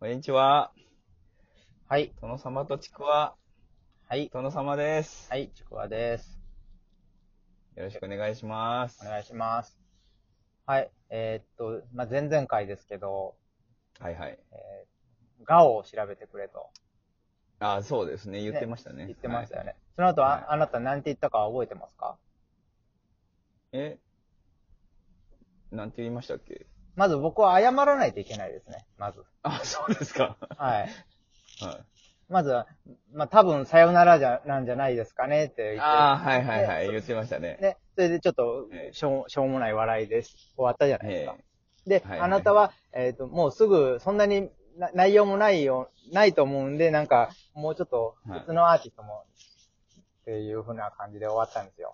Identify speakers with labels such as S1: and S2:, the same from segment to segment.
S1: こんにちは。
S2: はい。
S1: 殿様とちくわ。
S2: はい。
S1: 殿様です。
S2: はい、ちくわです。
S1: よろしくお願いします。
S2: お願いします。はい。えーっと、まあ、前々回ですけど、
S1: はいはい。
S2: えー、ガオを調べてくれと。
S1: あ、そうですね。言ってましたね。
S2: 言ってましたよ
S1: はい
S2: ね。その後、
S1: はい
S2: あ、あなた何て言ったか覚えてますか
S1: えなんて言いましたっけ
S2: まず僕は謝らないといけないですね。まず。
S1: あ、そうです か。
S2: はい。
S1: は
S2: まずは、まあ、多分、さよならじゃ、なんじゃないですかねって言っ
S1: い。
S2: て。
S1: あーはいはいはい。
S2: ね
S1: 言ってましたね。
S2: ね。それでちょっと
S1: え、え
S2: しょう、しょうもない笑いです。終わったじゃないです
S1: え
S2: か。
S1: え
S2: で、
S1: はい
S2: あなたは、えっ、と、もうすぐ、そんなにな内容もないよ、ないと思うんで、なんか、もうちょっと
S1: はい
S2: 別のアーティストも、っていう風な感じで終わったんですよ。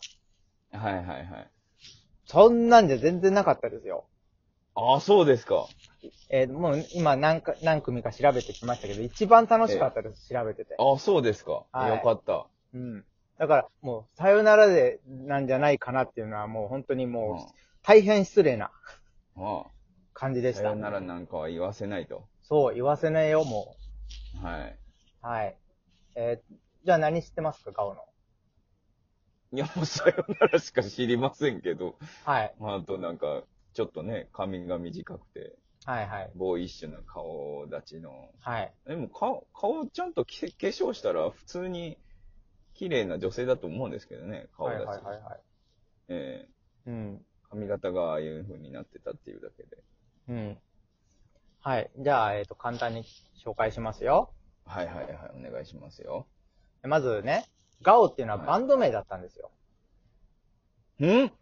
S1: はいはいはい。
S2: そんなんじゃ全然なかったですよ。
S1: あ、そうですか。
S2: えーもう今何か、何組か調べてきましたけど、一番楽しかったです、調べてて。
S1: あ、そうですか。よ
S2: はい
S1: かった。
S2: うん。だから、もう、さよならで、なんじゃないかなっていうのは、もう本当に
S1: うん
S2: もう、大変失礼な
S1: あ
S2: 感じで
S1: あ。
S2: し
S1: さ
S2: た。
S1: よならなんかは言わせないと。
S2: そう、言わせないよ、も
S1: はい。
S2: う。はい。えーじゃあ何知ってますか、顔の。
S1: いや、もうさよならしか知りませんけど。
S2: はい。
S1: まあ、あとなんか、ちょっとね、髪が短くて、
S2: はいはい。
S1: ボーイッシュな顔立ちの。
S2: はい。
S1: でも顔、顔ちゃんとき化粧したら普通に綺麗な女性だと思うんですけどね、顔
S2: はい
S1: 立
S2: は
S1: ち。
S2: いはいはい。
S1: え
S2: うん。
S1: え髪型がああいう風になってたっていうだけで。
S2: うん。はい。じゃあ、えっ、と、簡単に紹介しますよ。
S1: はいはいはい、お願いしますよ。
S2: まずね、ガオっていうのは
S1: はい
S2: バンド名だったんですよ。
S1: ん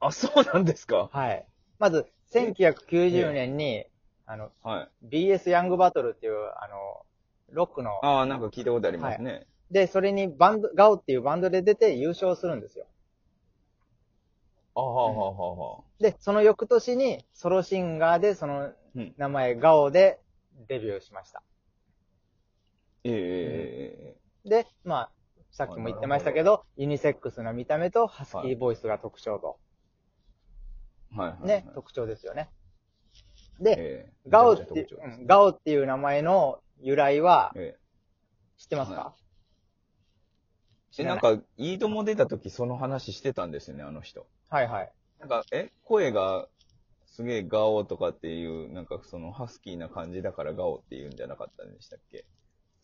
S1: あ、そうなんですか
S2: はい。まず、1990年に、あの、
S1: はい。
S2: BS ヤングバトルっていう、あの、ロックの、
S1: ああ、なんか聞いたことありますね。
S2: で、それにバンド、ガオっていうバンドで出て優勝するんですよ。
S1: あはあはあはあはあ。
S2: で、その翌年にソロシンガーで、その
S1: うん
S2: 名前、ガオでデビューしました。
S1: ええええええ
S2: で、まあ、さっきも言ってましたけど、ユニセックスな見た目とハスキーボイスが特徴と。
S1: はいはいはい。
S2: ね、特徴ですよね。で、
S1: ええ
S2: ガオって、
S1: めちゃくちゃ特徴です
S2: うん
S1: ね
S2: ガオっていう名前の由来は、
S1: ええ
S2: 知ってますか
S1: は
S2: 知
S1: え、
S2: ら
S1: なん
S2: ない
S1: か、いいとも出た時その話してたんですよね、あの人。
S2: はいはい。
S1: なんか、え、声が、すげえガオとかっていう、なんかそのハスキーな感じだからガオって言うんじゃなかったんでしたっけ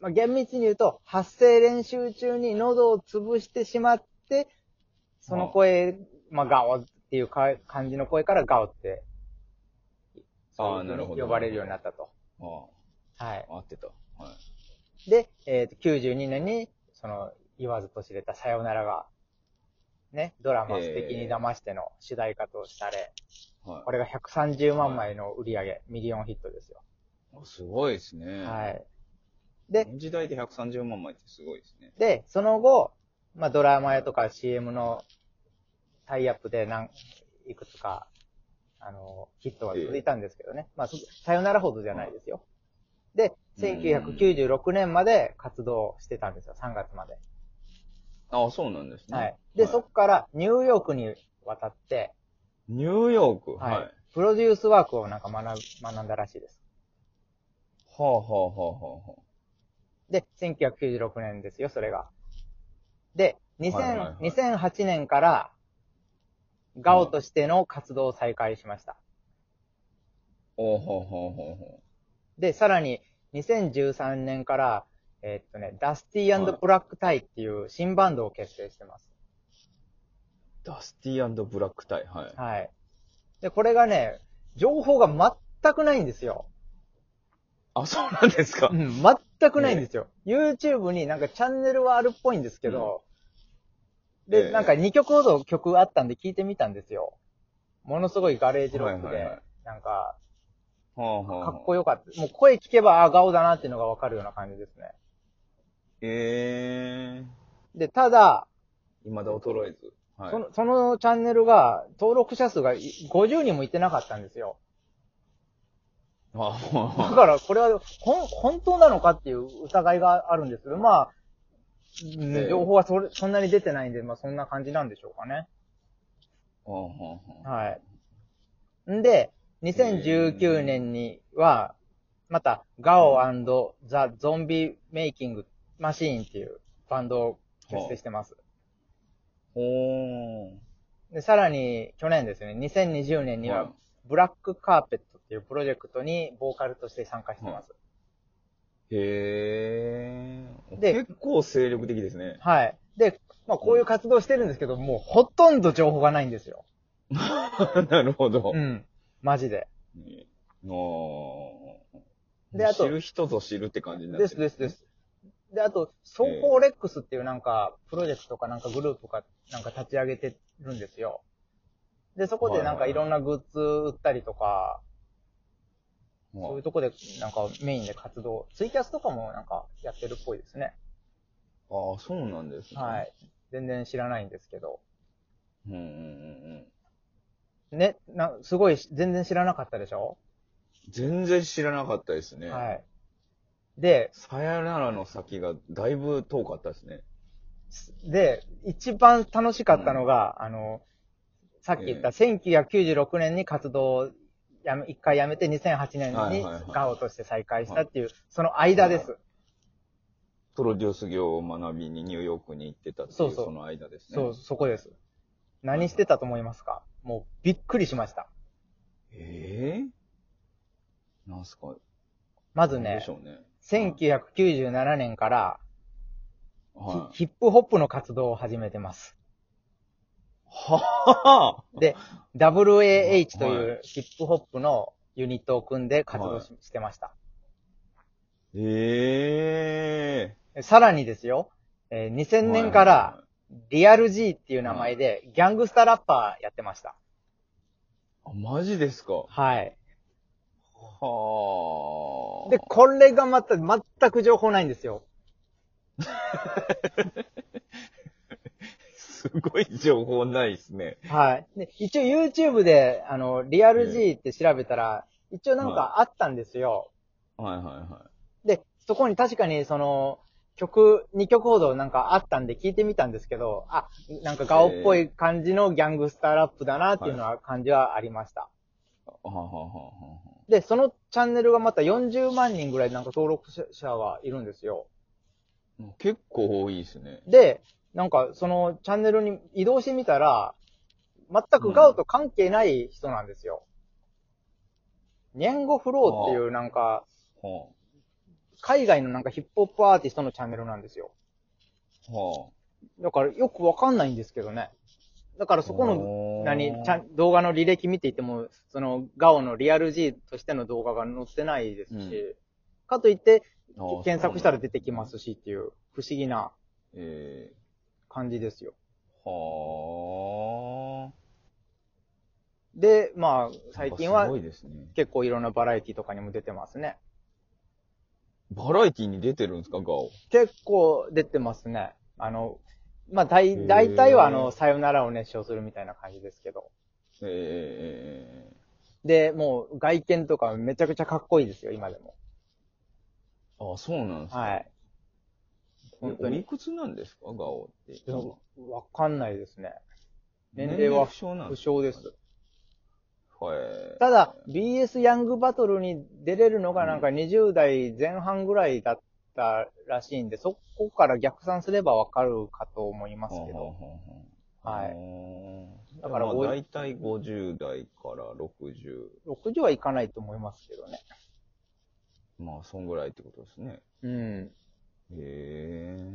S2: まあ、厳密に言うと、発声練習中に喉を潰してしまって、その声、まあ、ガオっていうか感じの声からガオって、
S1: ああ
S2: そういうふうに
S1: なるほど
S2: 呼ばれるようになったと。
S1: あ
S2: はい。
S1: あ、合ってた。はい。
S2: で、えーと、92年に、その、言わずと知れたさよならが、ね、ドラマ、
S1: えー
S2: 素敵に騙しての主題歌としたれ、
S1: は
S2: これが130万枚の売り上げ、ミリオンヒットですよ。
S1: い。すごいですね。。
S2: はいい。で
S1: この時代で130万枚ってすごいですね。
S2: で、その後、まあ、ドラマやとか CM のタイアップで何、いくつか、あの、ヒットは続いたんですけどね。まあ、そさよならほどじゃないですよ。で、1996年まで活動してたんですよ、3月まで。
S1: ああ、そうなんですね。
S2: はい。で、そこからニューヨークに渡って、
S1: ニューヨーク。はい。
S2: は
S1: はいい、は
S2: プロデュースワークをなんか学ぶ学んだらしいです。
S1: あ、はあはあはあは
S2: で、1996年ですよ、それが。で、2000
S1: はいはいはい
S2: 2008年から、ガオとしての活動を再開しました。
S1: おほほほほ
S2: で、さらに、2013年から、えーっとね、ダスティ
S1: は
S2: ー
S1: い
S2: ブラックタイっていう新バンドを結成してます。
S1: ダスティーブラックタイ。はい。
S2: はい。で、これがね、情報が全くないんですよ。
S1: あ、そうなんですか
S2: う。ん、全くないんですよ。YouTube になんかチャンネルはあるっぽいんですけど、
S1: え
S2: で、
S1: え
S2: なんか2曲ほど曲あったんで聞いてみたんですよ。ものすごいガレージロック
S1: はいはいは
S2: で
S1: い、
S2: なんか、
S1: はあはあはあ。
S2: かっこよかった。もう声聞けば、ああ、ガオだなっていうのがわかるような感じですね。
S1: ええ
S2: で、ただ、
S1: ー。未だ衰えず。はい。
S2: その、そのチャンネルが、登録者数がい50人もいってなかったんですよ。
S1: あ
S2: だ
S1: あ、
S2: から、これは、ほん、本当なのかっていう疑いがあるんですけど、まあ、うん
S1: ええ
S2: 情報はそれ、そんなに出てないんで、まあそんな感じなんでしょうかね。
S1: ほうほうほう
S2: はい。んで、2019年には、また、ガオザ・ゾンビメイキングマシーンっていうバンドを結成してます。
S1: おー。
S2: で、さらに、去年ですね、2020年に
S1: は、
S2: はいブラックカーペットっていうプロジェクトにボーカルとして参加してます。
S1: へえ。
S2: で
S1: 結構精力的ですね。
S2: はい。で、まあこういう活動してるんですけど、もうほとんど情報がないんですよ。
S1: なるほど。
S2: うん。マジで。
S1: ねおー
S2: であと
S1: 知る人ぞ知るって感じになって
S2: で
S1: る
S2: すですで。す。で、あと、ソーコーレックスっていうなんか、プロジェクトかなんかグループかなんか立ち上げてるんですよ。で、そこでなんかいろんなグッズ売ったりとか、
S1: まあ
S2: そういうとこでなんかメインで活動、ツイキャスとかもなんかやってるっぽいですね。
S1: ああ、そうなんですね。
S2: はい。全然知らないんですけど。
S1: うんうんうんうん。
S2: ね、な、すごい、全然知らなかったでしょ、
S1: 全然知らなかったですね。
S2: はい。で、
S1: さよならの先がだいぶ遠かったですね。
S2: すで、一番楽しかったのが、あの、さっき言った
S1: え
S2: 1996年に活動をやめ、一回やめて2008年
S1: はい
S2: に
S1: はいはい
S2: ガオとして再開したっていう、その間です。
S1: プロデュース業を学びにニューヨークに行ってたっていう、
S2: そうそう
S1: その間ですね。
S2: そう、そこです。何してたと思いますかもうびっくりしました。
S1: ええなんすか。
S2: まず
S1: なんで
S2: ね
S1: し、ょうね。
S2: 1997年からヒ
S1: はい。
S2: ヒップホップの活動を始めてます。
S1: はは
S2: で、WAH というヒップホップのユニットを組んで活動し,、してました。
S1: ええ
S2: さらにですよ、えー2000年から、リアル G っていう名前でギャングスタラッパーやってました。
S1: あマジですか。は
S2: はい。
S1: あ。
S2: で、これがまた全く情報ないんですよ。
S1: すごい情報ないですね。
S2: はい。で一応 YouTube で、あの、リアル G って調べたら、一応なんかあったんですよ。
S1: はいはいは
S2: で、そこに確かにその、曲、2曲ほどなんかあったんで聞いてみたんですけど、あ、なんかガオっぽい感じのギャングスターラップだなっていうのは感じはありました。
S1: い。ははははは
S2: で、そのチャンネルがまた40万人ぐらいなんか登録者がいるんですよ。
S1: は。結構多いですね。
S2: で、なんかそのチャンネルに移動してみたら、全くガオと関係ない人なんですよ。ニェンゴフローっていうなんか、
S1: は
S2: 海外のなんかヒップホップアーティストのチャンネルなんですよ。
S1: あ。は
S2: だからよくわかんないんですけどね。だから
S1: あ。
S2: そこの、
S1: の
S2: 何、ちゃん、動画の履歴見ていても、その、ガオのリアル G としての動画が載ってないですし、
S1: うん
S2: かといって、
S1: あー
S2: 検索したら出てきま。すしっていう、不思議な
S1: そうなんだえ
S2: 感じですよ。
S1: えはあ。
S2: で、まあ、最近
S1: やっぱす
S2: は
S1: ごいですね。
S2: 結構いろんなバラエティとかにも出てますね。
S1: バラエティに出てるんですか、ガオ。
S2: 結構出てますね。あの、まあ、
S1: へー
S2: 大、大体はあの、さよならを熱唱するみたいな感じですけど。
S1: ええ
S2: で、もう、外見とかめちゃくちゃかっこいいですよ、今でも。
S1: あ、そうなんですか。。
S2: はいい。本当に
S1: おいくつなんですか、ガオって。
S2: でもわかんないですね。年齢は
S1: 不詳なん
S2: 不
S1: です
S2: 詳です。
S1: かはい。
S2: ただ、BS ヤングバトルに出れるのがなんか20代前半ぐらいだったらしいんで、そこから逆算すればわかるかと思いますけど。
S1: は
S2: はいい
S1: だ
S2: だ
S1: か、
S2: から
S1: ま
S2: ら
S1: あ、
S2: おい
S1: 大体50代から60、
S2: 60はいかないと思いますけどね。
S1: まあ、そんぐらいってことですね。
S2: うん。
S1: へ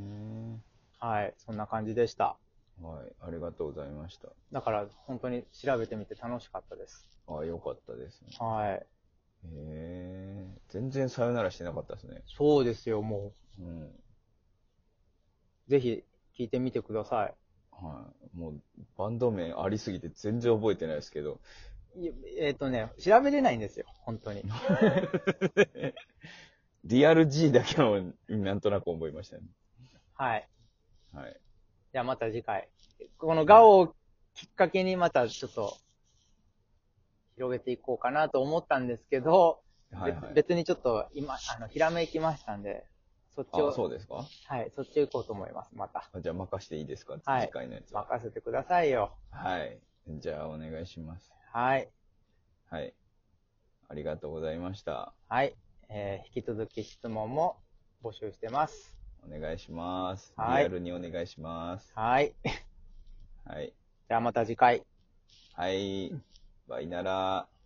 S2: はい。そんな感じでした。
S1: え。はい。ありがとうございました。
S2: だから、本当に調べてみて楽しかったです。
S1: ああ、よかったですね。
S2: はい。
S1: へえ。全然さよならしてなかったですね。
S2: そうですよ、も
S1: うん。
S2: う。ぜひ、聞いてみてくださ
S1: はい。もう、バンド名ありすぎて全然覚えてないですけど。
S2: い。いえっ、とね、調べれないんですよ、本当に。
S1: リアル G だけをなんとなく思いましたね。
S2: はい。
S1: はい。
S2: じゃあまた次回。このガオをきっかけにまたちょっと広げていこうかなと思ったんですけど、
S1: はい、はい。
S2: 別別にちょっと今、あの、ひらめきましたんで、そっち
S1: あ、そ
S2: を、
S1: うですか
S2: はい、そっちを行こうと思います、また。
S1: あじゃあ任していいですか、
S2: はい
S1: 次回のやつは。
S2: 任せてくださいよ。
S1: はい。じゃあお願いします。
S2: はい。
S1: はい。ありがとうございました。
S2: はい。えー引き続き質問も募集してます。
S1: お願いします。リ
S2: はい
S1: アルにお願いします。
S2: はい。
S1: はい。
S2: じゃあまた次回。
S1: はい。バイなら。